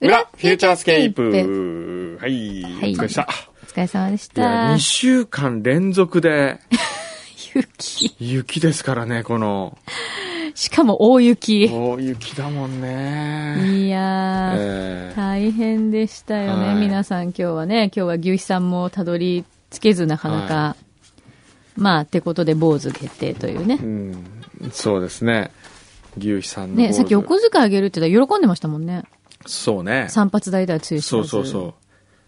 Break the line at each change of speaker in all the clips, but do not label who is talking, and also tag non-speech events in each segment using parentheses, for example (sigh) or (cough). フューチャースケープ。はい。お疲れ様でした。
お疲れ様でし
いや、
た
2。週間連続で
雪。
雪ですからね、この。
しかも大雪。い
大雪だもんね。
やー、
えー
大変でしたよね、
はい
皆さん今日はね。今日は牛肥さんもたどり着けずなかなか。まあ、ってことで坊主決定というね
う。ん、そうですね。牛肥さんの坊主。
ね、さっきお小遣いあげるって言ったら喜んでましたもんね。
そうね。
散髪代々つゆし
そうそう
う。
そ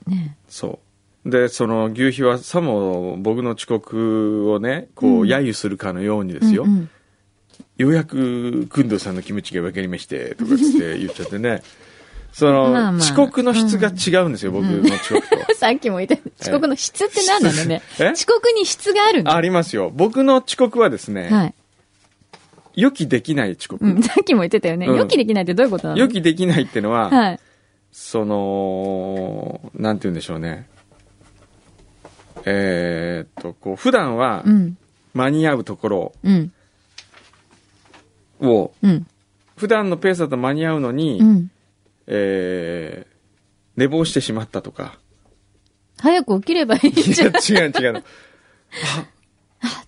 う。
ね。
そう。で、その牛皮はさも僕の遅刻をね、こう、揶揄するかのようにですよ。
うんうん
ようやく、くんどさんのキムチが分かりまして、とかつって言っちゃって
(laughs)
ね。その、
まあまあ
遅刻の質が違うんですよ、僕の遅刻
(laughs)
と。
さっきも言った遅刻の質って何なのね。
え
遅刻に質があるの。
ありますよ。僕の遅刻はですね、
はい。
予期できない遅刻。
うん、さっきも言ってたよね。
うん
予期できないってどういうことなの
予期できないってのは、
はい。
その、なんて言うんでしょうね。えーっと、こう、普段は
うん。
間に合うところ
うん。
を、
うん。
普段のペースだと間に合うのに、
うん。
えー寝坊してしまったとか。
早く起きればいい
い
じゃ
や、
ん。
違う違う。は、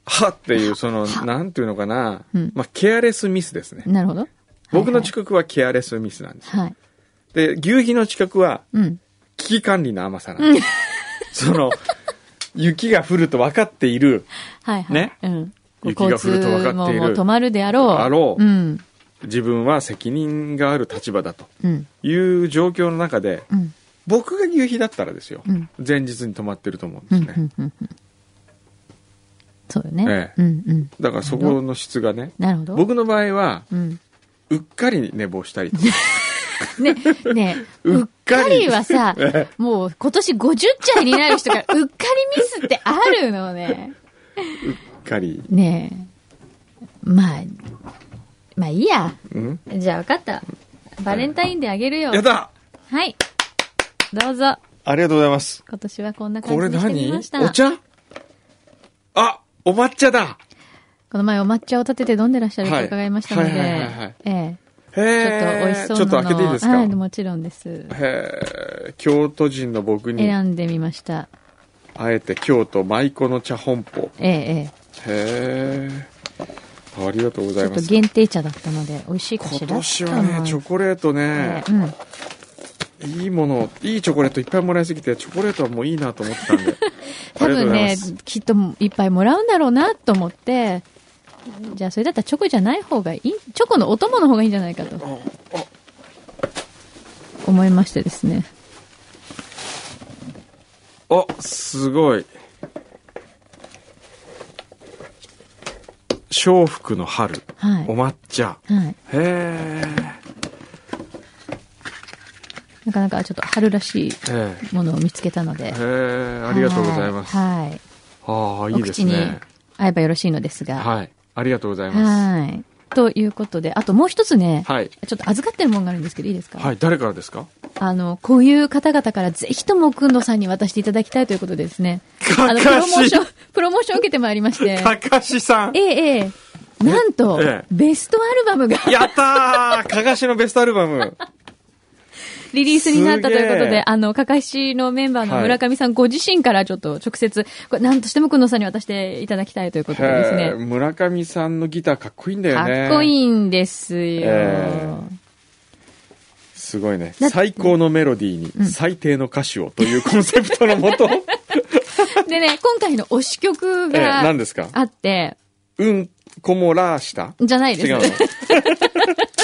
はっていう、その、なんていうのかな
うん。
まあ、ケアレスミスですね。
なるほど。
僕
は
の
い
遅刻はケアレスミスなんです。
はい、はい。
で、牛皮の遅刻は
うん。
危機管理の甘さなんです。その、雪が降ると分かっている
はいはい。
ね
うん。
雪が降ると分かっている
交通ももう止まるであろう。
あろう
うん。
自分は責任がある立場だと
うん。
いう状況の中で、
うん。
僕が牛皮だったらですよ
うん。
前日に止まってると思うん
うん。う
です
ん
ね。。
うんうんそうよね。
ええ
うん。うん。
だからそこの質がね、
なるほど。
僕の場合は、
うん。
うっかり寝坊したりとか。
ね、ね、
(laughs) う
う
っ
っ
か
か
り
りは
(laughs)
さ、もう今年50歳になる人がうっかりミスってあるのね。
うっかり。
ねえ。まあ、まあいいや。
ん
じゃあ分かった。バレンタインであげるよ。
やった
はい。どうぞ。
ありがとうございます。
今年はこんな感
これ
じにしてみ
何
ました。
お茶あ、お抹茶だ
この前お抹茶を立てて飲んでらっしゃる
は
と
い
伺いましたので、
はいはいはいはい
え
へ
え、ちょっと美味しそうなの
えちょっと開けていいですか
はい、
へ
もちろんです。
え、京都人の僕に、
選んでみました。
あえて京都舞妓の茶本舗。
ええ、え
へえ、ありがとうご
え。
ざ
ちょ
い
っ
ま
と
す。
限定茶だったので、美味しいかしら
今年はね、チョコレートね
え、えうん。
いいもの、いいチョコレートいっぱいもらいすぎて、チョコレートはもういいなと思ってた (laughs) んで。
多分
ありが
ね
とうございま、
きっといっぱいもらうんだろうなと思って、じゃあそれだったらチョコじゃない方がいい、チョコのお供の方がいいんじゃないかと
ああ
思いましてですね。
おすごい笑福の春、
はい
お抹茶
はい。
へ
なかなかちょっと春らしい
ええ
ものを見つけたので
え。へえありがとうございます、
はいはい。
ああいい
お
です
口に
ね
合えばよろしいのですが。
はいありがとうございます
はい。ということで、あともう一つね、
はい
ちょっと預かってるもんがあるんですけど、いいですか、
はい誰からですか
あの、こういう方々からぜひとも、くんどさんに渡していただきたいということでですね。
か
あの、プロモーション、プロモーションを受けてまいりまして。
かかしさん
ええ、ええ。なんと、
ええ
ベストアルバムが
やったー (laughs) かかしのベストアルバム
リリースになったということ
すげえ
で、あの、かかしのメンバーの
はい
村上さんご自身からちょっと直接、これ何としてもくんどさんに渡していただきたいということでです
へえ
ね。
村上さんのギターかっこいいんだよ
か
ね
っこいいんですよ。
えすごいね
だって
最高のメロディーに最低の歌詞をというコンセプトのもと、
でね、今回の推し曲
ええ何
が
ですか
あって、
うんこもらした
じゃない
違う
で
の。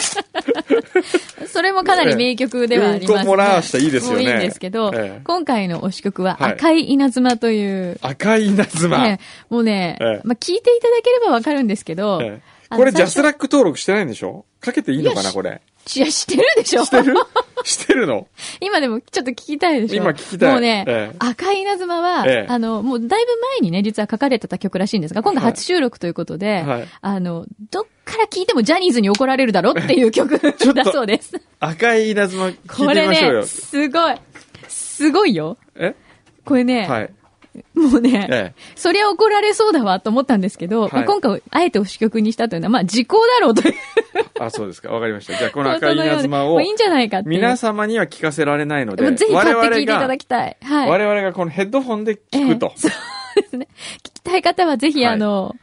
す。 (laughs) それもかなり名曲ではあります、
うんこもらしたいいですよね
もういいんですけど、
ええ
今回の推し曲は
はい
赤い稲妻という、
赤い稲妻。
ね、もうね、
ええ
まあ聞いていただければわかるんですけど、
ええこれジャスラ
ッ
ック登録してないんでしょかけていいの
いや
かな
し
これ。
クいや、してるでしょ
してるしてるの
今でもちょっと聞きたいでしょ
今聞きたい
もうね、
ええ
赤い稲妻は、
ええ
あの、もうだいぶ前にね、実は書かれてた曲らしいんですが、今回
はい
初収録ということで、
はい
あの、どっから聞いてもジャニーズに怒られるだろっていう曲 (laughs)
ょっと
だそうです。
赤い稲妻聞
こ
い
れ
てみましょうよ。
ね、すごい、すごいよ。
え
これね、
はい。
もうね、
え
そりゃ怒られそうだわと思ったんですけど、
はい
まあ今回、あえて支局にしたというのは、まあ、時効だろうという。
え。あ、そうですか。わかり
(laughs)
ました。じゃあ、こ
こ
の赤い稲妻
も
を
ういいんじゃないかっていう。
皆様には聞かせられないの
も
で、
うぜひ買って聞いていただ
が、
きたい。はい。
我々がこのヘッドホンで聞くと
ええ。そうですね。聞きたい方はぜひ、
はい
あの、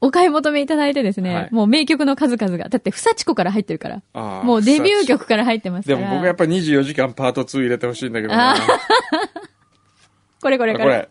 お買い求めいただいてですね、
はい
もう名曲の数々が。だって、ふさちこから入ってるから。
あー
もうデビュー曲から入ってますか
で
ら。
も僕はやっぱり24時間パート2入れてほしいんだけどな
あ。これこれ
こ
これ。
れ。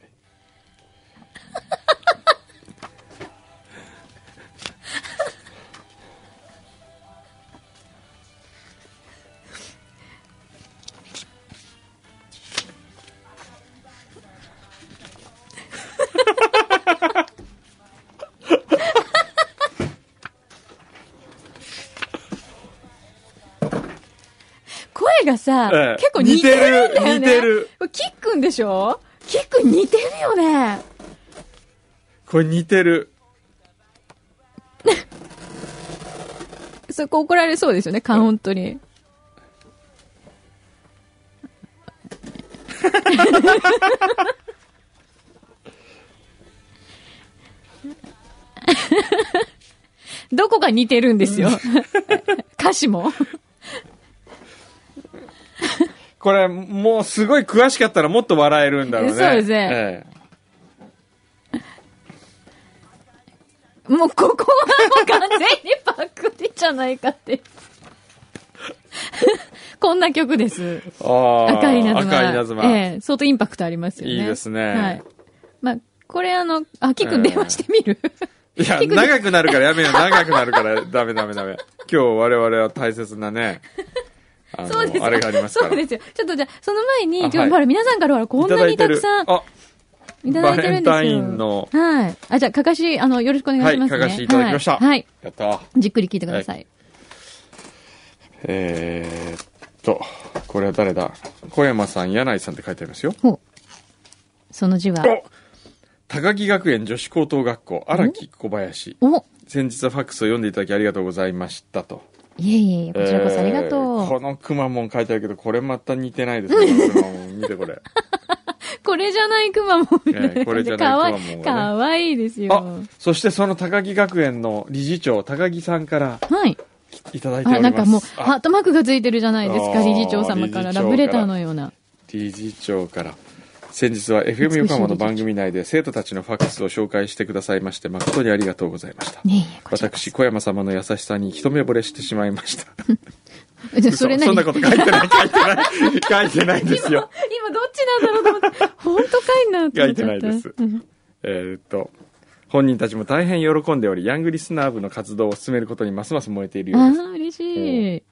声がさ、
ええ
結構似てるんだよね。
似てる。
これキックンでしょキックン似てるよね。
これ似てる。
そこ怒られそうですよね、カウントに。どこが似てるん (laughs) ですよ。歌詞も。
これ、もうすごい詳しかったらもっと笑えるんだろうね。
そうですね
ええ
もうここはもう完全にパクリじゃないか (laughs) って。こんな曲です。
あー
赤い稲妻。
赤い稲妻。
ええ相当インパクトありますよね。
いいですね
はい。まあ、これあの、あ、キック
え
ン
え
電話してみる、
いや、
結構
長くなるからやめよう。長くなるから、ダメダメダメ。今日我々は大切なね、あの
そうですよ
あれがありますから。
そうですよ。ちょっとじゃあ、その前に、
あ
ちょ
はい
ほら皆さんからほらこんなにたくさん
あ、
いただいてるんですよ。
バレンタインの
はい。あ、じゃあ、かかし、あの、よろしくお願いしますね。
はいかかしいただきました
はい。はい
やった。
じっくり聞いてください。
えー、っと、これは誰だ小山さん、柳井さんって書いてありますよ。
ほう。その字は、
お高木学園女子高等学校、荒木小林。
お
先日はファックスを読んでいただきありがとうございましたと。
いえいえいえ、こちらこそありがとう。
えーこのくまモン書いてあるけど、これまた似てないですね。くまモン見てこれ。
これじゃないくまモンみたいな
ええ
感じ。
これじゃない
かわ
くまモン
い
がね
い。かわいい (laughs) ですよ。
あ、そしてその高木学園の理事長、高木さんから
はい。
いただいてお
あ、
りま
な
す。
んかもう、
あ
ハートマークがついてるじゃないです
あ
か、
ー
理事長様から
理事長から
ラブレターのような。
理事長から。先日は FM 横浜の番組内で生徒たちのファックスを紹介してくださいまして誠にありがとうございました。
ねえいえ、こちらこ
私、小山様の優しさに一目惚れしてしまいました。
そ。じゃあ
嘘
それ
そん
何
なこと書いてない、書いてない、書いてないですよ。
今どっちなんだろうと思って、本当かいなって思っちゃった。
書いてないです
うん
えーっと、本人たちも大変喜んでおり、ヤングリスナー部の活動を進めることにますます燃えているよう
あ
です。
あ、嬉し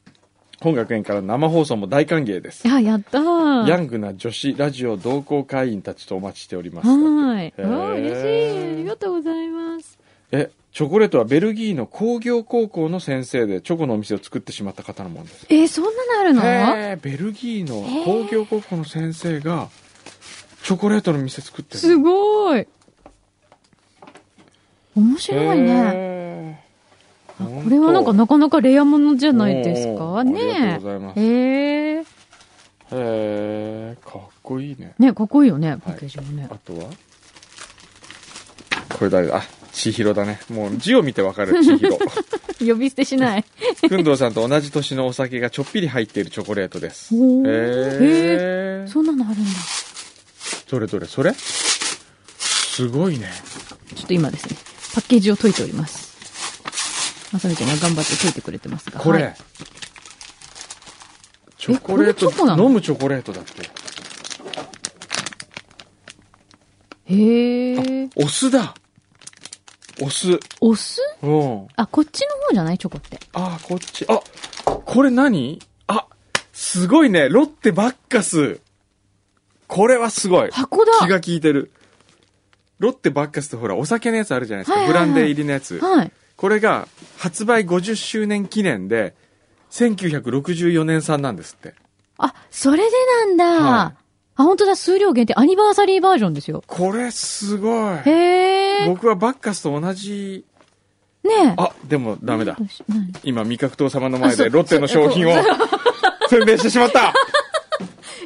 本学園から生放送も大歓迎です
い。。あ、やったー。
ヤングな女子ラジオ同好会員たちとお待ちしております。
はい。
へ
あ
ー
ー嬉しい。ありがとうございます。
え、チョコレートはベルギーの工業高校の先生でチョコのお店を作ってしまった方のものです。
えー、そんなのあるの
へえ、ベルギーの工業高校の先生がチョコレートの店作ってる。
すごい。面白いね。
へえ
これはなんか
本
なかなかレアものじゃないです
おー
か
ありが
ね
とうございます
え。へえ。
当へえ、かっこいいね。
ね、かっこいいよね、パッケージもね
あ。とはこれ誰だあ、千尋だね。もう字を見てわかる、
(laughs)
千尋。
呼び捨てしない。
くんどうさんと同じ年のお酒がちょっぴり入っているチョコレートです。へ
おー
え。
そんなのあるんだ。
どれどれそれすごいね。
ちょっと今ですね、パッケージを解いております。まさみちゃんが頑張って解いてくれてますが。
これ。
はい
チョコレー
えこ
ト
れチョコなの
飲むチョコレートだって。
へえ。
お酢だ。お酢。
お酢
うん。
あ、こっちの方じゃないチョコって。
あー、こっち。あ、これ何あ、すごいね。ロッテバッカス。これはすごい。
箱だ
気が利いてる。ロッテバッカスってほら、お酒のやつあるじゃないですか。
はいはいはい
ブランデー入りのやつ。
はい。
これが発売50周年記念で、1964年産なんですって。
あ、それでなんだ。
はい
あ、本当だ、数量限定、アニバーサリーバージョンですよ。
これすごい。
へえ。ね
僕はバッカスと同じ、
え。
あ、でもダメだ
ど。うし何
今、味覚党様の
あ
前
そ
で
う
ロッテの商品を宣伝してしまった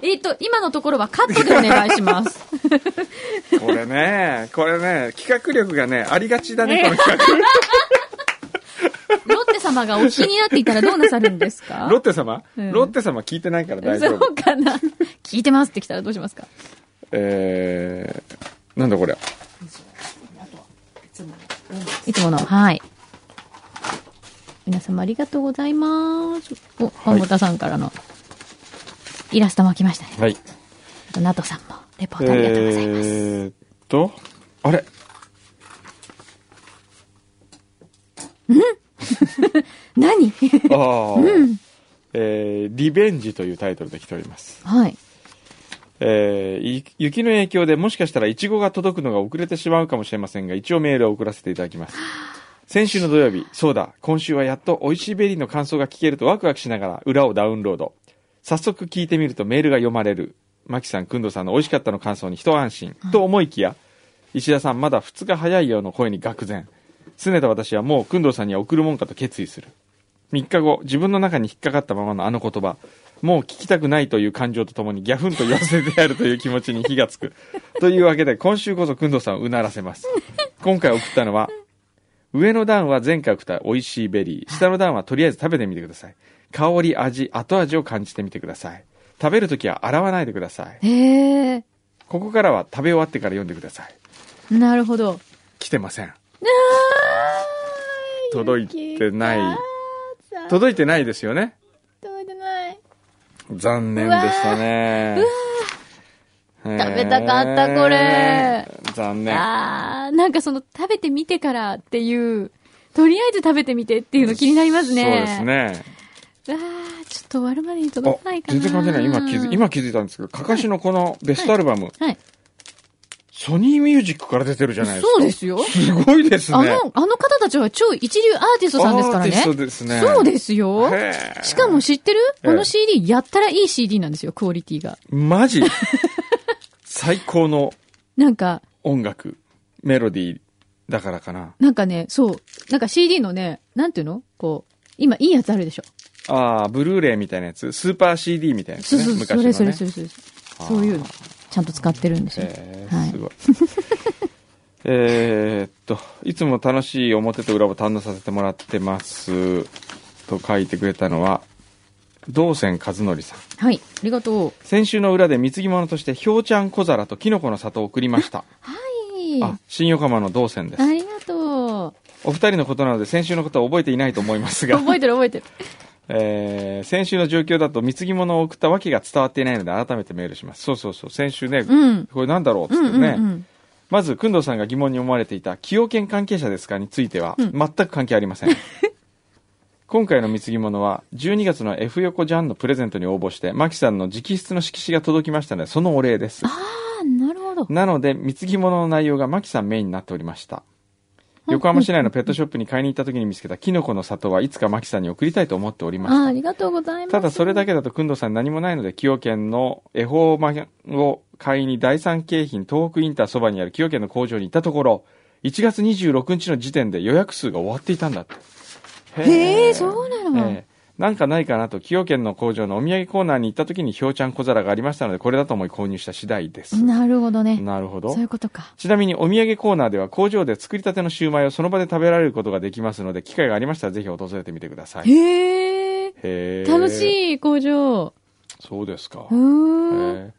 えっと、今のところはカットでお願いします。
これね、これね、企画力がね、ありがちだね、この企画。
ロッテ様がお気になっていたらどうなさるんですか (laughs)
ロッテ様、
うん
ロッテ様聞いてないから大丈
そ
夫
う。かな。聞いてますって来たらどうしますか
えー、なんだこれ。
いつもの。はい。皆様ありがとうございます。お、本本田さんからのイラストも来ましたね。
はい。
あと、ナトさんもレポートありがとうございます。
えーっと、あれ
何 (laughs)
ああ、えーリベンジというタイトルで来ております。
はい。
えーい雪の影響でもしかしたらイチゴが届くのが遅れてしまうかもしれませんが、一応メールを送らせていただきます。先週の土曜日、そうだ、今週はやっと美味しいベリーの感想が聞けるとワクワクしながら裏をダウンロード。早速聞いてみるとメールが読まれる。マキさん、くんどさんの美味しかったの感想に一安心。と思いきや、石田さんまだ2日早いよの声に愕然。拗ねた私はもうくんどさんには送るもんかと決意する。3日後、自分の中に引っかかったままのあの言葉、もう聞きたくないという感情とともにギャフンと言わせてやるという気持ちに火がつく。というわけで、今週こそくんどさんをうならせます。今回送ったのは、上の段は前回送った美味しいベリー、下の段はとりあえず食べてみてください。香り、味、後味を感じてみてください。食べるときは洗わないでください。
へえ
ここからは食べ終わってから読んでください。
ー、なるほど。
来てません。届いてない。
届
届いてないですよね。
いてない。
残念でしたね。へー
食べたかったこれ。
残念。
あー、なんかその食べてみてからっていう、とりあえず食べてみてっていうの気になりますね。
そうですね。
うわー、ちょっと終わるまでに
あ
届かない、かな。
全然関係ない。今気づ、。今気づいたんですけど、かかしのこのベストアルバム、
はい。
ソニーミュージックから出てるじゃないですか。
そうですよ。
すごいですね。
あの、あの方たちは超一流アーティストさんですから
アーティ
ね
ス。トですね。
そうですよ。
へー
しかも知ってる
え
この CD、やったらいい CD なんですよ、クオリティが。
マジ最高の
なんか、
音楽、メロディーだからかな。
なんかね、そう。なんか CD のね、なんていうのこう、今いいやつあるでしょ。
ああ、ブルーレイみたいなやつ、スーパー CD みたいなや
そ
つ
う
ね。
そう、
昔
そ
のね
れそれそれそれ。
あー
そういうの。ちゃんと使ってるんですよ。
へ
は
ー
い
すごい。 (laughs) えーっと、いつも楽しい表と裏を堪能させてもらってます。と書いてくれたのは、道仙和則さん。
はい。ありがとう。
先週の裏で貢ぎ物として、ひょうちゃん小皿とキノコの里を送り
(laughs)
ました。
はい。
あ
あ、
新横浜の道仙です。
りがと
お二人のことなので、先週のことは覚えていないと思います
う。(laughs)
が、
覚えてる覚えてる。
えー先週の状況だと、貢ぎ物を送ったわけが伝わっていないので、改めてメールします。そうそうそう、先週ね、
うん
(laughs) これなんだろうっつっ
うん
てね、
うんうん。
まず、工藤さんが疑問に思われていた、崎陽軒関係者ですかについては、
うん
全く関係ありませ
(laughs)
ん。今回の貢ぎ物は、12月の F 横ジャンのプレゼントに応募して、マキさんの直筆の色紙が届きましたので、そのお礼です。
あ、なるほど。
なので、貢ぎ物の内容がマキさんメインになっておりました。横浜市内のペットショップに買いに行った時に見つけたキノコの里はいつかマキさんに送りたいと思っておりま
ああ
した。
りがとうございます。
ただそれだ
け。
けだと、くんどさん何もないので、崎陽軒の恵方巻きを買いに第三京浜東北インターそばにある崎陽軒の工場に行ったところ、1月26日の時点で予約数が終わっていたんだって。
へえ、そうなの、
ええなんかないかなと、崎陽軒の工場のお土産コーナーに行った時にひょうちゃん小皿がありましたので、これだと思い購入した次第です。
なるほどね。
なるほど
そうい。うことか。
ちなみにお土産コーナーでは工場で作りたてのシューマイをその場で食べられることができますので、機会がありましたらぜひ訪れてみてください。
へえ、
へー
楽しい工場。
そうですか。
う
え
ーん。
ー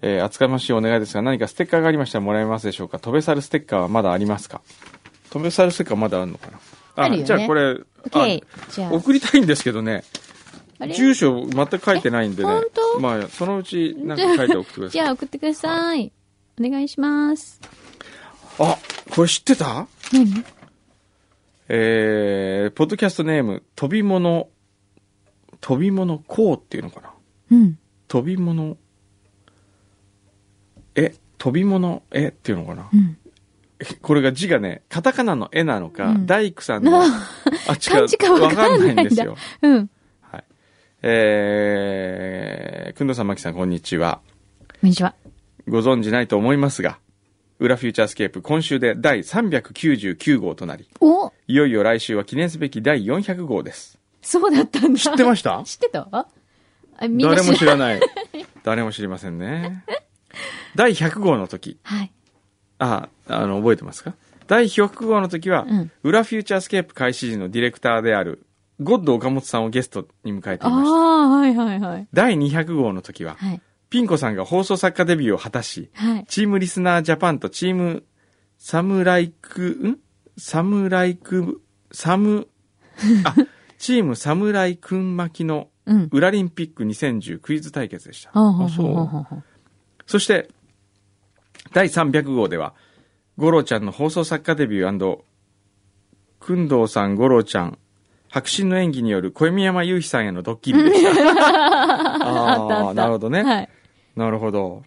えー厚かましいお願いですが、何かステッカーがありましたらもらえますでしょうか飛べ猿ステッカーはまだありますか飛べ猿ステッカーまだあるのかな
あるよね
じゃあこれ、
オッケー。じゃ
あ
あ、
送りたいんですけどね、
あれ
住所全く書いてないんでね
え本、当
まあ、そのうちなんか書いて送ってくだ
(laughs) じ
さい。
ゃあ送ってください。お願いします。
あ、これ知ってた
何
えー、ポッドキャストネーム、飛び物、飛び物こうっていうのかな
うん。
飛び物、え、飛び物、えっていうのかな
うん。
これが字がね、カタカナの絵なのか、
うん
大工さん
(laughs)
の、
あ
あっち
漢字かわかんないんだ
ですよ。
うん。
はい。えー、くんどさん、まきさん、こんにちは。
こんにちは。
ご存知ないと思いますが、裏フューチャースケープ、今週で第399号となり、
お
いよいよ来週は記念すべき第400号です。
そうだったんだ。知
知って
(laughs)
ました
知ってたあみんな
誰も
(laughs)
知
ない。
らない。誰も知りませんね。第100号の時、
はい。
あ、あの、覚えてますか第100号の時は、
うん
裏フューチャースケープ開始時のディレクターである、ゴッド岡本さんをゲストに迎えて
あ
いました。
あ、はいはいはい。
第200号の時は、
はい。
ピンコさんが放送作家デビューを果たし、
はい。
チームリスナージャパンとチームサムライク、んサムライク、サム、
(laughs)
あ、チームサムライくん巻きの
うん。
ウラリンピック2010クイズ対決でした。
ほうほうほ
あ
うほうほう
そそして、第300号では、五郎ちゃんの放送作家デビューくんどうさん五郎ちゃん、白真の演技による小宮山雄飛さんへのドッキリでした。
(laughs) あったあ
あ
った
あ、なるほどね。
はい。
なるほど。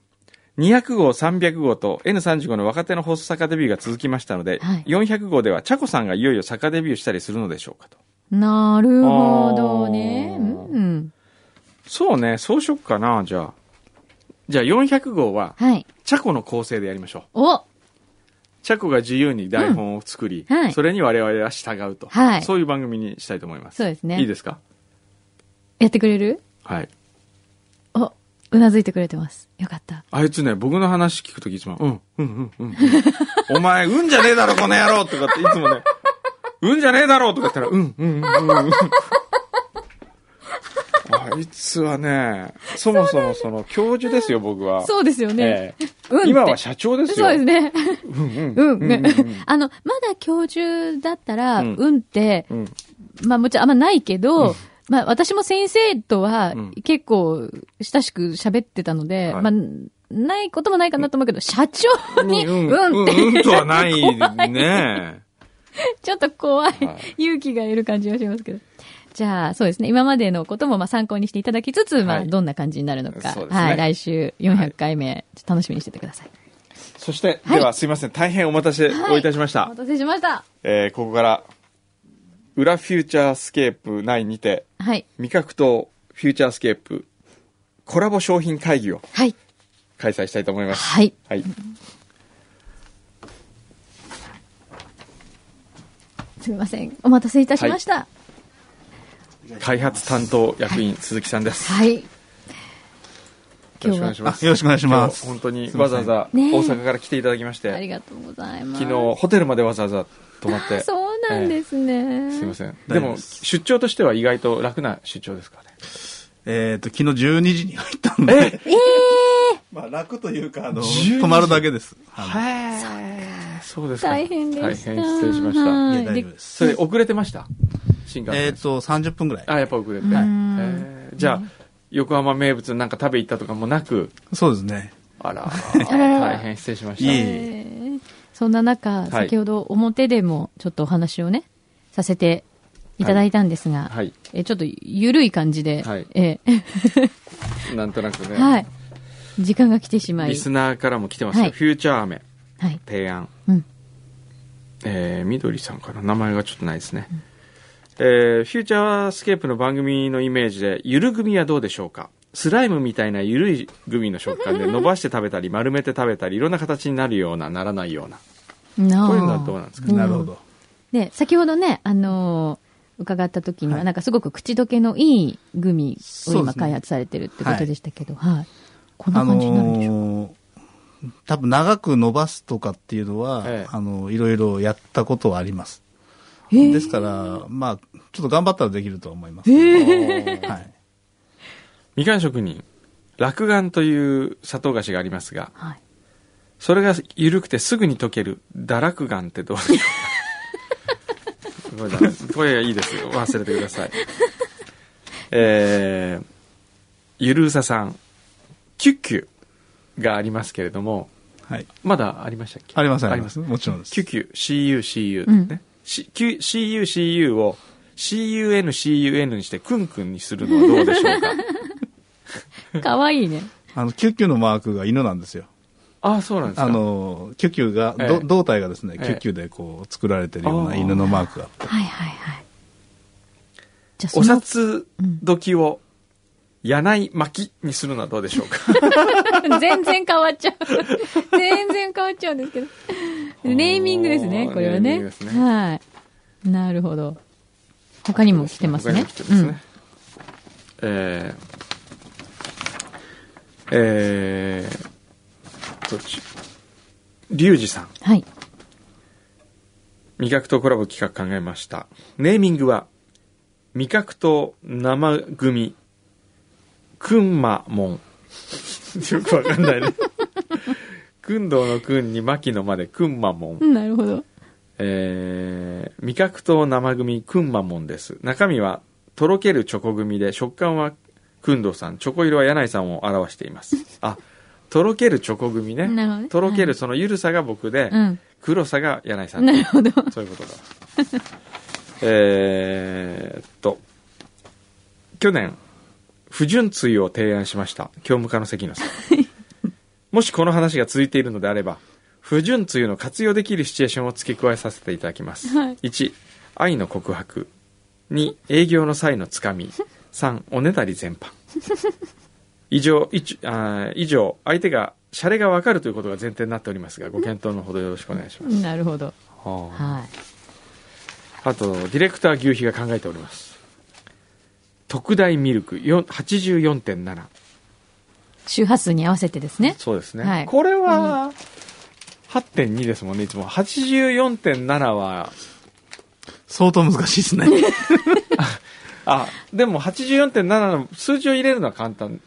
200号、300号と N35 の若手の放送作家デビューが続きましたので、
はい
400号ではチャコさんがいよいよ作家デビューしたりするのでしょうかと。
なるほどね。
あ
う
ー
ん。
そうね、そうしよっかな、じゃあ。じゃあ400号は、
はい。
チャコの構成でやりましょう。
お
チャコが自由に台本を作り、
うんはい
それに我々は従うと、
はい
そういう番組にしたいと思います。
そうですね。
いいですか
やってくれる
はい。
お、うなずいてくれてます。よかった。
あいつね、僕の話聞くときいつも、うん、うん、うん、うんうん。お前、うんじゃねえだろ、この野郎とかっていつもね、うんじゃねえだろとか言ったら、うん、うん、うん、うん。あいつはね、そもそもその教授ですよ、僕は。
そうですよね。
ええ
うんって。
今は社長ですよ。
そうですね。
(laughs) うん、
う
うんん。
ね
うんうん。
あの、まだ教授だったら、
うん
うんって、
うん
まあもちろんあんまないけど、まあ私も先生とは
うん
結構親しく喋ってたので、
はい
まあ、ないこともないかなと思うけど、社長に、
うん、
うんって、
うんとはないね。
ちょっと怖い、
は
勇気がいる感じがしますけど。じゃあ、そうですね。今までのこともまあ参考にしていただきつつ、まあ
はい
どんな感じになるのか。
そうですね
はい。来週400回目、ちょっと楽しみにしててください。
そして、
はい
ではすいません大変お待たせをいたしました、
お待たせしました。
えーここから「裏フューチャースケープ内」にて
はい。
味覚とフューチャースケープコラボ商品会議を
はい。
開催したいと思います
はい。
はい
すみません。お待たせいたしました。
開発担当役員鈴木さんです、
はい。
よろ
今
し
日
くお願いし
は。
ます
あよろしくお願いします
今日本当に
すいま
わ
せん
ざわざ大
ねえ
阪から来ていただきまして、
ありがとうございます。
昨日ホテルまでわざわざ泊まっ
あ
て、
そうなんですすね。
えーすいません
す
でも出張としては意外と楽な出張ですからね
えっ、と、昨日12時に入ったんで。えまあ、楽というか、あの、
12
泊まるだけです。あ
はいそうですか
大変でした。
大変失礼しました
の
はい
いや、大丈夫で
そ
す。
れ遅れてました新幹線
えっ、と、30分ぐらい。
あやっぱ遅れて、
はい
えーじゃあ横浜名物なんか食べ行ったとかもなく
そうですね。
あら
あらら
大変失礼しました
いえいえ
えーそんな中、
い
先ほど表でもちょっとお話をね、させていただいたんですが、
はい
えーちょっとゆるい感じで、
はい
え
なんとなくね、
ーはい、時間が来てしまい、
リスナーからも来てますよ、
はい
フューチャー飴
はい
提案
うん
えー、みどりさんかな名前がちょっとないですね、えーフューチャースケープの番組のイメージでゆるグミはどうでしょうかスライムみたいなゆるいグミの食感で伸ばして食べたり丸めて食べたりいろんな形になるようなならないような
なあ
こういうのはどうなんですか
ん
なるほど。
で先ほどね、あのー伺った時には、
はい
なんかすごく口どけのいいグミを
そうで
今
すね
開発されてるってことでしたけど、はいこん
あ
な感じになるんでしょうか、
のー多分長く伸ばすとかっていうのは、
ええ
あの、いろいろやったことはあります。
えー
ですから、まあ、ちょっと頑張ったらできるとは思います。はい。
みかん職人落眼という砂糖菓子がありますが
はい、
それが緩くてすぐに溶ける堕落眼ってどうでしょうか (laughs) これだこれはいいですよ忘れてくださいえー、ゆるうささんキュッキュがありますけれども
はい。
まだありましたっけ
あります、あ
あり
りま。
ますす
もちろんです。
キュキュ CUCU、
うん
ね、C- Q- CUCU を CUNCUN にしてクンクンにするのはどうでしょう
(laughs)
か
かわいいね。
あの、キュッキュのマークが犬なんですよ。
ああそうなんですか
あの、キュキュが、ど
ええ
胴体がですね、
ええ
キュキュでこう、作られてるよう
あ
な
ー
犬のマークが。
はいはいはい。じゃあそ
お
の
札時を、柳井巻きにするのはどうでしょ
(laughs)
うか。
全然変わっちゃう。 (laughs) 全然変わっちゃうんですけど。ネーミングですね、これは
ネー
ね。
ミングですね
はい。なるほど。他にも来てます
他に
ね。
も来てますねえーえーとちリュウジさん
はい。
味覚とコラボ企画考えましたネーミングは味覚と生組くんまもん (laughs) よくわかんないねくんどうのくんに牧野までくんまもん
なるほど。
えー味覚と生組くんまもんです中身はとろけるチョコ組で食感はくんどうさんチョコ色は柳井さんを表していますあとろけるチョコ組ね
なるほどね
とろけるそのゆるさが僕で、
うん。
黒さが柳井さん
なるほど。
(laughs) そういうことだえーっと去年不純追を提案しました教務課の関
(laughs)
野さんもしこの話が続いているのであれば不純追の活用できるシチュエーションを付け加えさせていただきます、
はい
1愛の告白2営業の際のつかみ3おねだり全
(laughs)
般以上一あー以上相手がシャレがわかるということが前提になっておりますがご検討のほどよろしくお願いします、
なるほど。
はあ
はい。
あと、ディレクター牛皮が考えております。特大ミルクよん84.7。
周波数に合わせてですね。
そうですね。
はい
これは、8.2ですもんね、いつも。84.7は、
相当難しいですね。
あ、でも84.7の数字を入れるのは簡単。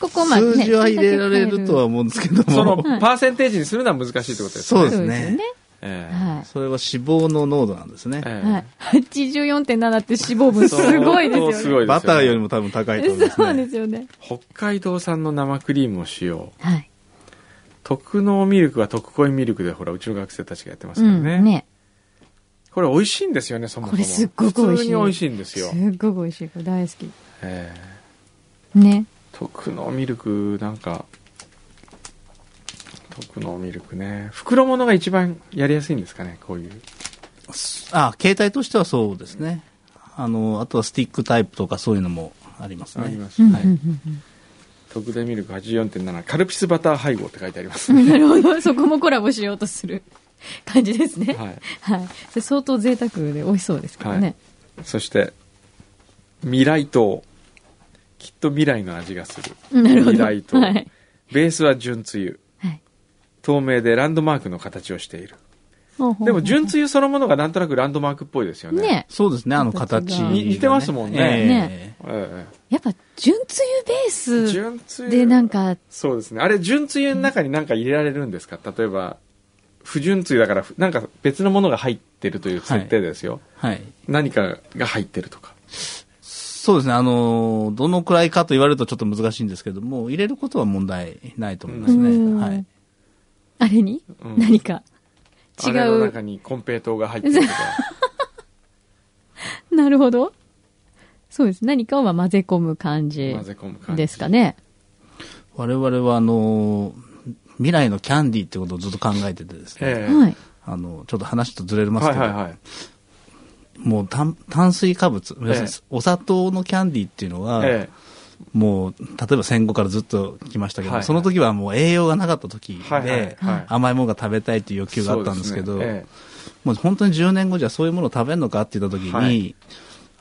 こ (laughs) こまで、ね。
数字は入れられるとは思うんですけど
その、
も。
パーセンテージにするのは難しいってことです
そ
ね。
うで
そ
す
うですよ
ね
ね。
ええ
は
それは脂肪の濃度なんですね。
ええ
はい。84.7って脂肪分すごいですよ
相
ね。
当すごいですよね
バターよりも多分高いと思います
そうで
ね。
すよね。
北海道産の生クリームを使用。
はい。
特濃ミルクは特濃いミルクで、ほら、うちの学生たちがやってます
う
から
ん。
ね。
ね。
これ美味しいんですよね、そもそも。
これすっごく美味しい
普通に美味しいんです
す
よ
っ。ごく美味しい。これ大好き。
ええ
ね。
特のミルクなんか特のミルクね袋物が一番やりやすいんですかねこういう
あ、携帯としてはそうですね。あの、あとはスティックタイプとかそういうのもありますね。
ますは
うんうん
い特大ミルク84.7カルピスバター配合って書いてあります、 (laughs)
うんなるほど。そこもコラボしようとする感じですね。
はい、
はい。それ相当贅沢で美味しそうですからね。
そして未来糖きっと未来の味がする
うんなるほ
未
ど。
来糖、
はい。
ベースは純つゆ
はい。
透明でランドマークの形をしている
ほうほうほう
でも純つゆそのものがなんとなくランドマークっぽいですよね
ね
そうですね、あの形がね、
似てますもんね
ね
ええ
やっぱ、純つゆベー
ええ
ス
純つゆ
でなんか、
そうですね。あれ、純つゆの中に何か入れられるんですか例えば、不純つゆだから、ふなんか別のものが入ってるという設定ですよ。
はい。
何かが入ってるとか。
そうですね、あの、どのくらいかと言われるとちょっと難しいんですけども、入れることは問題ないと思います
うん
ね。はい。
あれに
うん
何か違
あれの
う
中。にコンペイトーが入っ
(laughs)
てるとか。
なるほど。そうです。何かをまあ混ぜ込む感じ
混ぜ込む感じ。
ですかね。
我々は、あの、未来のキャンディーってことをずっと考えててですね、
ええ
はい。
あの、ちょっと話とずれます
は
け
い
ど、
はいはい。
もう炭炭水化物、皆さん
ええ
お砂糖のキャンディーっていうのは、
え
もう、例えば戦後からずっと来ましたけど、
はいはい
その時はもう栄養がなかった時で、
はいはいはい
甘いものが食べたいという欲
え。
求があったんですけ
そ
ど、
うねえ
もう本当に10年後じゃそういうものを食べるのかって言った時に、
はい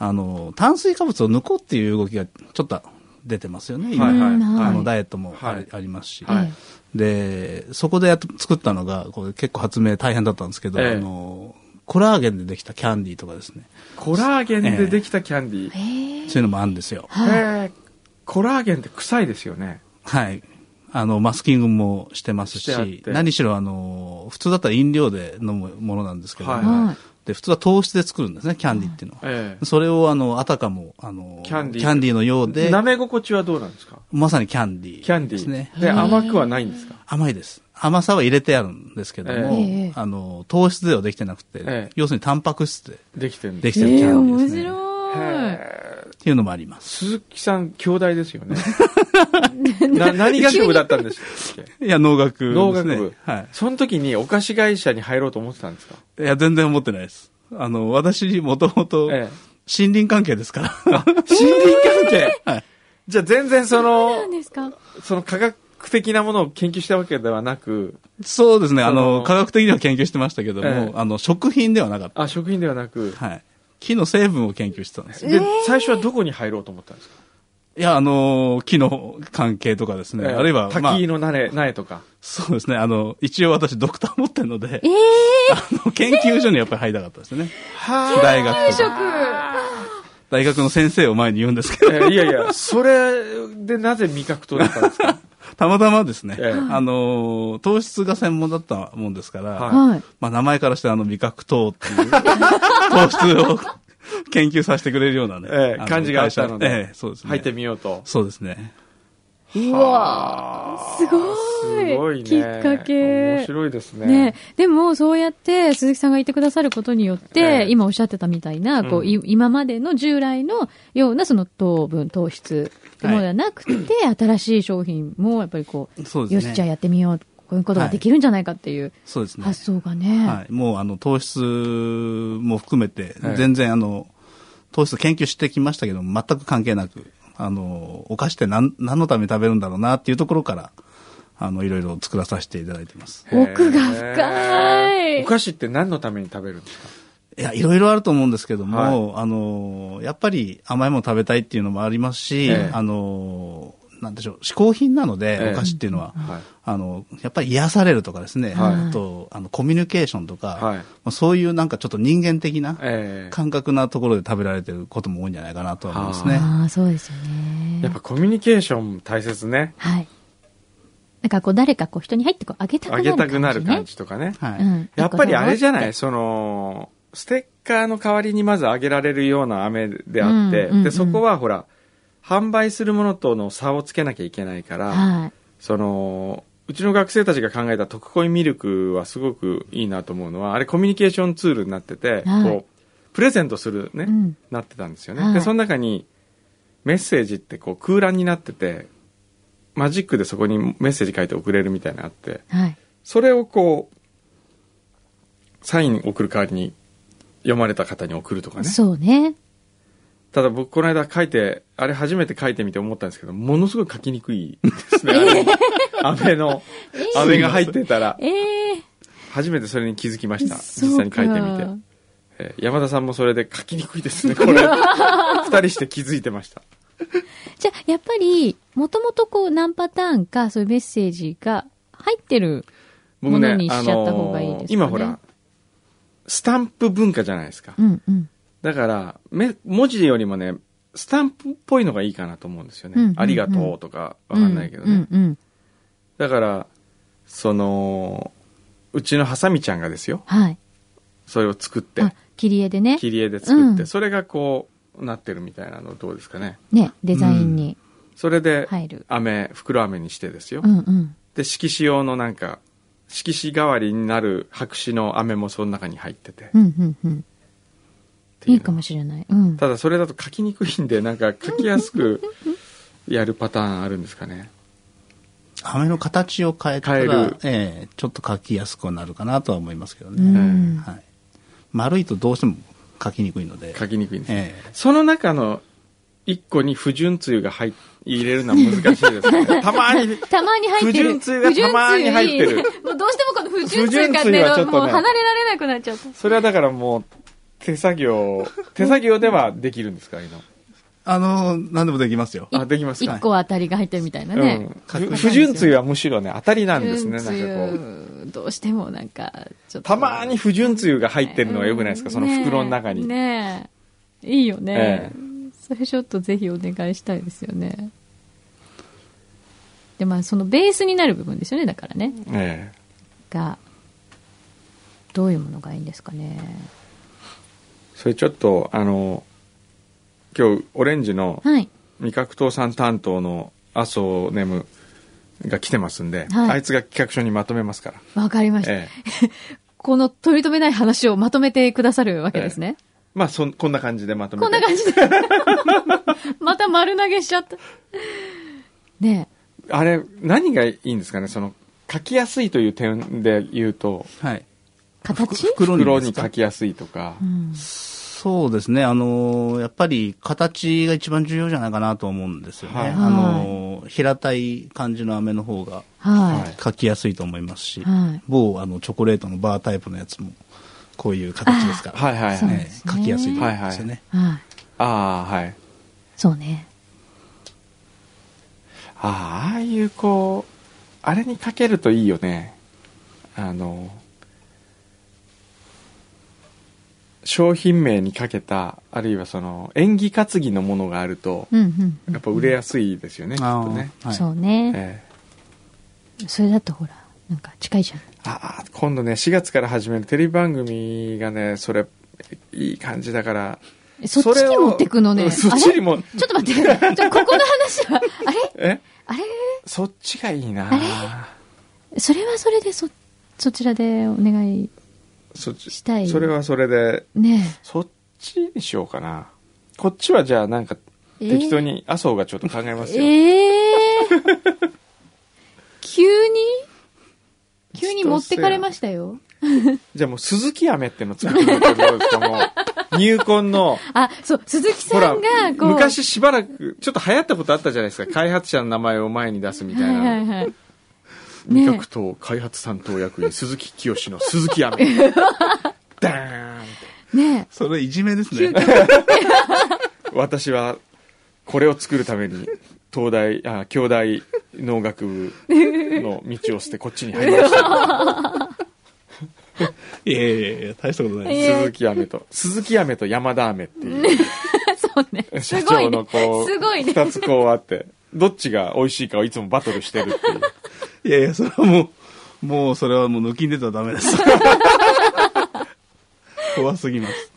あの、炭水化物を抜こうっていう動きがちょっと出てますよね、今
はいはい
うんはい
あのダイエットもあ,、
はい
ありますし。
はい
え
で、そこでやっと作ったのが、これ結構発明大変だったんですけど、
ええ
あの、コラーゲンでできたキャンディーとかですね、
えコラーゲンでできたキャンディー。
えへえ
そういうのもあるんですよ。
ええコラーゲンって臭いですよね。
はい。あの、マスキングもしてます
してあっ、
して何しろあの、普通だったら飲料で飲むものなんですけど、
はい
はい。
で、普通は糖質で作るんですね、キャンディーっていうのは。
ええ。
それをあの、あたかも、あの、
キャンディー
のようで、
舐め心地はどうなんですか
まさにキャンディー。
キャンデ
です
ィ
ね
ー。。で、甘くはないんですか
甘いです。甘さは入れてあるんですけども、
え
え
あの、糖質ではできてなくて、
ええ
要するにタンパク質で
できてるん
で
です。
きてるキ
え
ャ
ー
ンディー
面
ですね。
白い。
へえ
っていうのもあります。
鈴木さん、兄弟ですよね。な何学部だったんでしたっけ
いや、農学ですね。
農学部。
はい。
その時にお菓子会社に入ろうと思ってたんですか
いや、全然思ってないです。あの、私、もともと、森
ええ
林関係ですから。
(laughs) 森林関係
はい。
じゃあ全然その
何、ですか
その科学的なものを研究したわけではなく、
そうですね。あ
そ
の、
の
科学的には研究してましたけども、
ええ
あの、食品ではなかっ
あ、食品ではなく、
た。はい。木の成分を研究してたんですよ。
で、最初はどこに入ろうと思ったんですか
えいや、あのー木の関係とかですね。
えー
あるいは、まあ
滝、の苗苗とか。
そうですね。あの、一応私ドクター持ってるので
え、え
あの、研究所にやっぱり入りたかったですね。大学とか。大学の先生を前に言うんですけど、
えーいやいや、それでなぜ味覚取れたんです
(laughs)
か
たまたまですね、
ええ
あのー糖質が専門だったもんですから、
はい
はい。
まあ名前からしてあの味覚糖っていう、糖質を研究させてくれるようなね、
ええ
あの
感じがあったので
会社ええそうですね。
入ってみようと。
そうですね。
うわーすごい
すごいね。
きっかけ
面白いですね。
ねでも、そうやって鈴木さんがいてくださることによって、
ええ
今おっしゃってたみたいな、こう、い今までの従来のようなその糖分、糖質ってものではなくて、新しい商品もやっぱりこう、
そうで
よ
すね。
し、じゃあやってみよう。こういうことができるんじゃないかっていう
そうですね。
発想がね。
はい、もうあの糖質も含めて
はい、
全然あの、糖質研究してきましたけど、全く関係なく、あの、お菓子って何何のために食べるんだろうなっていうところから、あの、いろいろ作らさせていただいてます。
へー
奥が深い
お菓子って何のために食べるんですか
いや、いろいろあると思うんですけども、あの、やっぱり甘いもの食べたいっていうのもありますし、
ええ
あの、なんでしょう、嗜好品なので、
ええ
お菓子っていうのは。
はい。
あの、やっぱり癒されるとかですね、
はい
あと、あの、コミュニケーションとか、
はい
まあそういうなんかちょっと人間的な、
ええ
感覚なところで食べられてることも多いんじゃないかなとは思いますね。
ああ、そうですよね。
やっぱコミュニケーション大切ね。
はい。なんかこう、誰かこう、人に入ってこう、あげたくな
あ
る感じ、ね。
げたくなる感じとかね。
はい。
うん。
やっぱりあれじゃないいその、ステッカーの代わりにまずあげられるような飴であっ
う
て、
んうんう
で、
ん
そこはほら、販売するものとの差をつけなきゃいけないから、
はい。
その、うちの学生たちが考えた特恋ミルクはすごくいいなと思うのは、あれコミュニケーションツールになってて、
はい
こう、プレゼントするね、
うん
なってたんですよね。
はい
で、その中に、メッセージってこう空欄になってて、マジックでそこにメッセージ書いて送れるみたいなのあって、
はい。
それをこう、サイン送る代わりに読まれた方に送るとかね。
そうね。
ただ僕この間書いて、あれ初めて書いてみて思ったんですけど、ものすごい書きにくいですね。
(laughs)
あの飴の、飴が入ってたら、
ええ
初めてそれに気づきました。
そう
実際に書いてみ
か
て。えー山田さんもそれで書きにくいです
(laughs)
ね、これ。二人して気づいてました。
じゃあ、やっぱり、もともとこう、何パターンか、そういうメッセージが入ってる。
僕
も
ね
のに、し
あ
ちゃった方
の
がいいですかね
ー今ほら、スタンプ文化じゃないですか。
うんうん。
だから、め、文字よりもね、スタンプっぽいのがいいかなと思うんですよね。
うんうんうん
ありがとうとか、わかんないけどね。
うんうんうん。
だから、その、うちのハサミちゃんがですよ。
はい。
それを作って、
あ、切り絵でね。
切り絵で作って、
うん
それがこう、なってるみたいなのどうですかね。
ね、デザインに
それで、
入る。
飴、袋飴にしてですよ。
うんうん。
で、色紙用のなんか、色紙代わりになる白紙の飴もその中に入ってて。っ
うんうんうん。
て
い
いうの
いかもしれない。うん。
ただそれだと書きにくいんで、なんか書きやす
(laughs)
くやるパターンあるんですかね。
飴の形を変えた
変え
ら
る、
ええちょっと書きやすくなるかなとは思いますけど
う
ね。
ん。
はい。丸いとどうしても書きにくいので、
書きにくいんです。
ええ
その中の一個に不純つゆが入っ入れるのは難しいです
(laughs)
ね。たまに、
たまに入ってる。
不純通がたまに入って
不純
る
通にもうどうしてもこの不純通が
不純通はち
ね、
ょっとね
もう離れられなくなっちゃった。
それはだからもう、手作
(laughs)
業、手作業ではできるんですか、今。
あの、何でもできますよ。
あ、できますか
一。個当たりが入ってるみたいな
う
ね
ん。。ふ不純つゆはむしろね、当たりなんですね、なんかこう。
こう。どうしてもなんか、ちょっと。
たまに不純つゆが入ってるのは良くないですか、その
ねえ
袋の中に。
ねえ。いいよね
え。
それちょっとぜひお願いしたいですよね。で、まあそのベースになる部分ですよね、だからね。
え
が、どういうものがいいんですかね。
えそれちょっと、あの、今日、オレンジの
はい。
味覚糖産担当の麻生ネムが来てますんで、
はい
あいつが企画書にまとめますから。
わかりました。
ええ
この取り留めない話をまとめてくださるわけですね。
まあ、そん、こんな感じでまとめて。
こんな感じで。 (laughs) また丸投げしちゃった。ね
あれ、何がいいんですかねその、書きやすいという点で言うと、
はい。
え、形
袋
袋
です
に
か
書きやすいとか
う、ん。
そうですね。あのーやっぱり形が一番重要じゃないかなと思うんですよね。
はい
あのー平たい感じの飴の方が
は
書きやすいと思いますし、
い。はい。
某あのチョコレートのバータイプのやつも、こういう形ですから。
はいはい
ね
はい。
すね
書きやすいと思うんですよね。
はいはい
はい。
ああ、はい。
そうね。
あああいうこうあれにかけるといいよねあの商品名にかけたあるいはその縁起担ぎのものがあると、
うんうんうん。
やっぱ売れやすいですよね、きっ
あ
と
ー
ね、
はい
そうね。
ええ
それだとほら、なんか近いじゃん。
ああ今度ね4月から始めるテレビ番組がねそれいい感じだから
えそっちに持ってくのね。
う
あ
ん
れち
そ
ょ
っちにも
っと待ってください。ちょここの話は、あれ
え
あれ
そっちがいいな
それはそれでそ、そちらでお願い
そっち
したい
それはそれで
ね
そっちにしようかなこっちはじゃあなんか
ええ
適当に麻生がちょっと考えますよ、
ええー、急
(laughs)
に急に持ってかれましたよ。
じゃあもう鈴木飴っての作ってもらってどうで
(laughs)
すかもう入婚の
あ、そう、鈴木さ
ほら
んが、こう。
昔しばらくちょっと流行ったことあったじゃないですか開発者の名前を前に出すみたいな、
はいはいはい。
味
ね
覚党開発担当役員鈴木清の鈴
(laughs)
木飴ダーンって
え、ね
それいじめですね。
私はこれを作るために東大あ京大農学部の道を捨てこっちに入り
(laughs)
ました
いやいやいや、大したことない
え
で
鈴木飴と鈴木飴と山田飴っていう
え、そうね。
(laughs) (laughs) 社
すごいね
長のこ。
すごいうね。
二つこうあってどっちが美味しいかをいつもバトルしてるっていう
す。いやいや、それはもう、もうそれはもう抜きんでたらダメです。怖すぎます。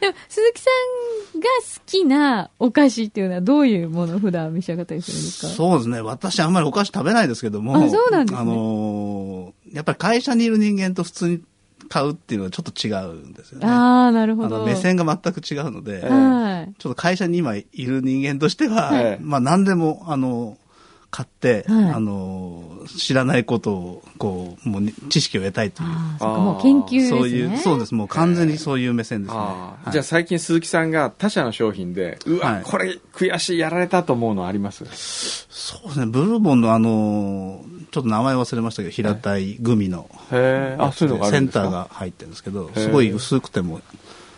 でも、鈴木さんが好きなお菓子っていうのはどういうものを普段召し上がったりするんですか
そうですね。私あんまりお菓子食べないですけども。
あそうなんですね
あのーやっぱり会社にいる人間と普通に買うっていうのはちょっと違うんですよね。あ
ああ、なるほど。
の、目線が全く違うので、
ええ
はい。
ちょっと会社に今いる人間としては、
はい
まあ何でも、あの、買って、
はい
あの、知らないことを、こう、もうに知識を得たいという。
ああ、そっ
あ
か、
ー
もう研究ですね。。
そういう、そうですす。もう完全にそういう目線です
(laughs)
ね。
あ
は
あ
い
じゃあ最近鈴木さんが他社の商品でうわ、
はい
これ悔しいやられたと思うのあります
そうですね。ブルボンのあの、ちょっと名前忘れましたけど、平たいグミの、
へえあそういうのがあ
セ
るん
ン
ですか
ターが入ってるんですけど、
へえ
すごい薄くても、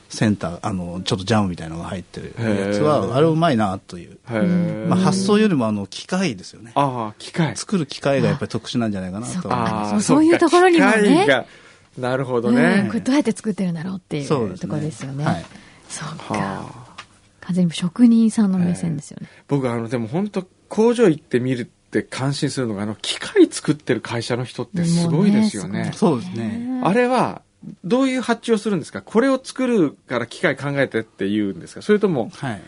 センター、あの、ちょっとジャムみたいなのが入ってるや
へ
つ
え
は、あれうまいなという。
へえ、
まあ発想よりも、あの、機械ですよね。
ああ機械
作る機械がやっぱり特殊なんじゃないかなと思います。
あ
そ
あ
うそういうところにもね
そっか機械がなるほど
うん、
ね
これどうやって作ってるんだろうってい
そうです
う
ね
ところですよね。
はい
そう
は
か。
あ
完全に職人さんの目線ですよね。
僕あのでも本当工場行ってみるって感心するのがあの機械作ってる会社の人ってすごいですよね
もうね
そうですね。
あれはどういう発注をするんですかこれを作るから機械考えてって言うんですかそれとも
はい。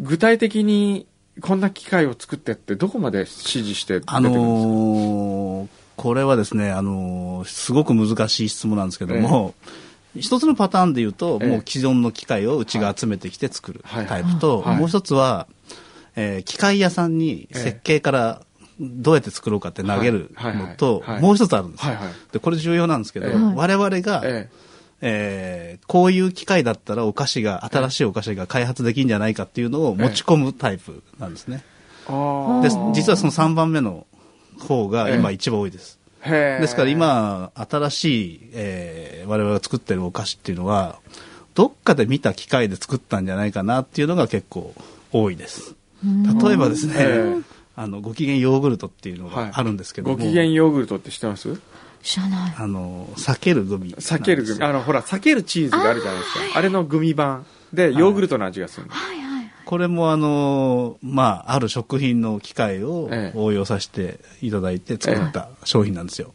具体的にこんな機械を作ってってどこまで指示して出てく
あ
るんですか、
のーこれはですね、あのーすごく難しい質問なんですけども、一つのパターンで言うと、
ええ
もう既存の機械をうちが集めてきて作る
はい
タイプと、
はい
もう一つは、えー機械屋さんに設計からどうやって作ろうかって投げる
はいはい
のと、
はい
もう一つあるんですよ、
はいはい
で、これ重要なんですけど、
ええ
我々が、
ええ
えーこういう機械だったらお菓子が、新しいお菓子が開発できるんじゃないかっていうのを持ち込むタイプなんですね。
あ
で
ー
実はその3番目の方が今
ええ
一番多いです。
へー
ですから今、新しい、えー我々が作ってるお菓子っていうのは、どっかで見た機械で作ったんじゃないかなっていうのが結構多いです。例えばですね、
ええ
あの、ご機嫌ヨーグルトっていうの
はい
があるんですけども、
ご機嫌ヨーグルトって知ってます
知らない。
あの、避けるグミなんですよ。
避けるグミあのほら避けるチーズがあるじゃないですかあ,、れのグミ版でヨーグルトの味がするんです
はいはい。
これもあの、まあ、ある食品の機械を
ええ
応用させていただいて作った商品なんですよ。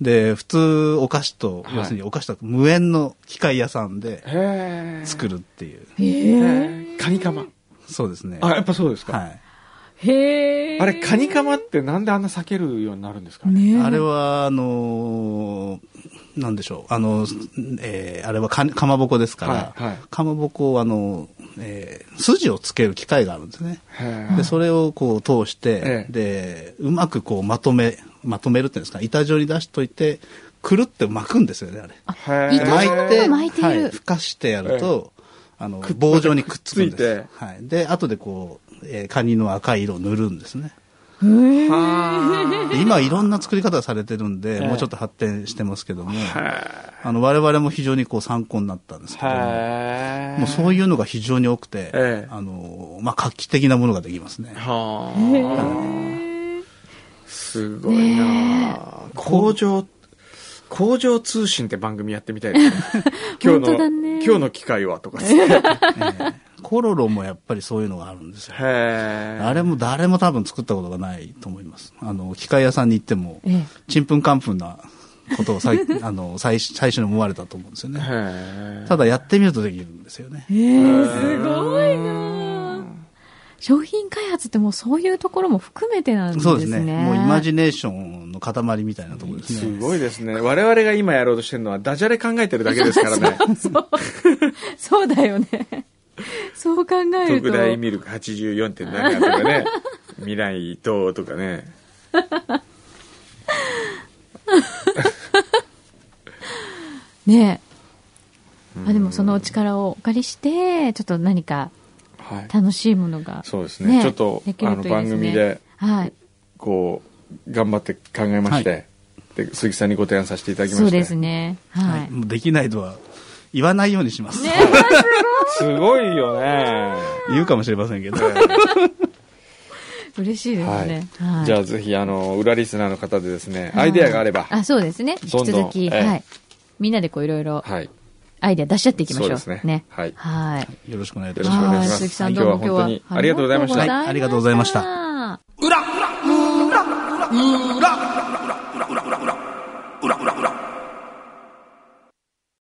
で、普通お菓子と、
はい
要するにお菓子と無縁の機械屋さんで
へえ
作るっていう、
へえ。
カニカマ
そうですね。
あ
は
やっぱそうですか、
い。
へえ。
あれカニカマってなんであんな避けるようになるんですかね
ねえ。
あれは、あのーなんでしょう。あの、えーあれはかかまぼこですから、
はいはい
かまぼこをあの、えー筋をつける機械があるんですね。
へ
で、それをこう通して、
ええ
で、うまくこうまとめ、まとめるっていうんですか、板状に出しといて、くるって巻くんですよね、あれ。
え
板状のものを巻いている
はふかしてやると、あの、棒状にくっつくんです。
くっついて
はい。で、後でこう、えーカニの赤い色を塗るんですね。
へえ。
は
で今いろんな作り方がされてるんで、
え
もうちょっと発展してますけども、
あへ
あの、我々も非常にこう参考になったんですけども、
え
もうそういうのが非常に多くて、
ええ
あの、まあ、画期的なものができますね。
はあすごいなあ、工場工場通信って番組やってみたいですね今日
本当だ
の、
ね
今日の機会はとかっつってへ
コロロもやっぱりそういうのがあるんですよ。
え
あれも誰も多分作ったことがないと思います。あの、機械屋さんに行っても
ええ、
ちんぷんかんぷんなことをさ
(laughs)
いあの最初最初に思われたと思うんですよね。
へ
ただやってみるとできるんですよね。
えー、すごいなあ商品開発ってもうそういうところも含めてなんですね。
そうですね。もうイマジネーションの塊みたいなところです
え
ね。
すごいですね我々が今やろうとしてるのはダジャレ考えてるだけですからね
(laughs) そう。そうだよね。 (laughs) そう考えると。
特大ミルク84.7と
(laughs)
かね未来どうとかね
ねえ。あでもそのお力をお借りして、ちょっと何か
はい
楽しいものが。
そうですね
え
ちょっと
できるといいすね
あの番組で
はい。
こう頑張って考えまして、
は
で鈴木さんにご提案させていただきまして
そうですね。はい。
(laughs)
はい。もうできないとは言わないようにします。
ね
すごいよね
言うかもしれませんけど。
え嬉しいです
はい
ね。はい。
じゃあぜひあの裏リスナーの方でですねアイデアがあれば
あ、そうですね。引
どん
き
どん
続き、
ええ
はい。みんなでこういろいろ
はいよ
アイデア出し合っていきましょう。
そうですねはい
はい。
よろしくお願いいた
ろ
し
しくお
ま
は
願いしま
す。
い
す
鈴木さん
今
ど
日
うも今
は本
日は
当にありがとうございました
はいありがとうございました
ありがとうございました。
裏裏裏裏裏裏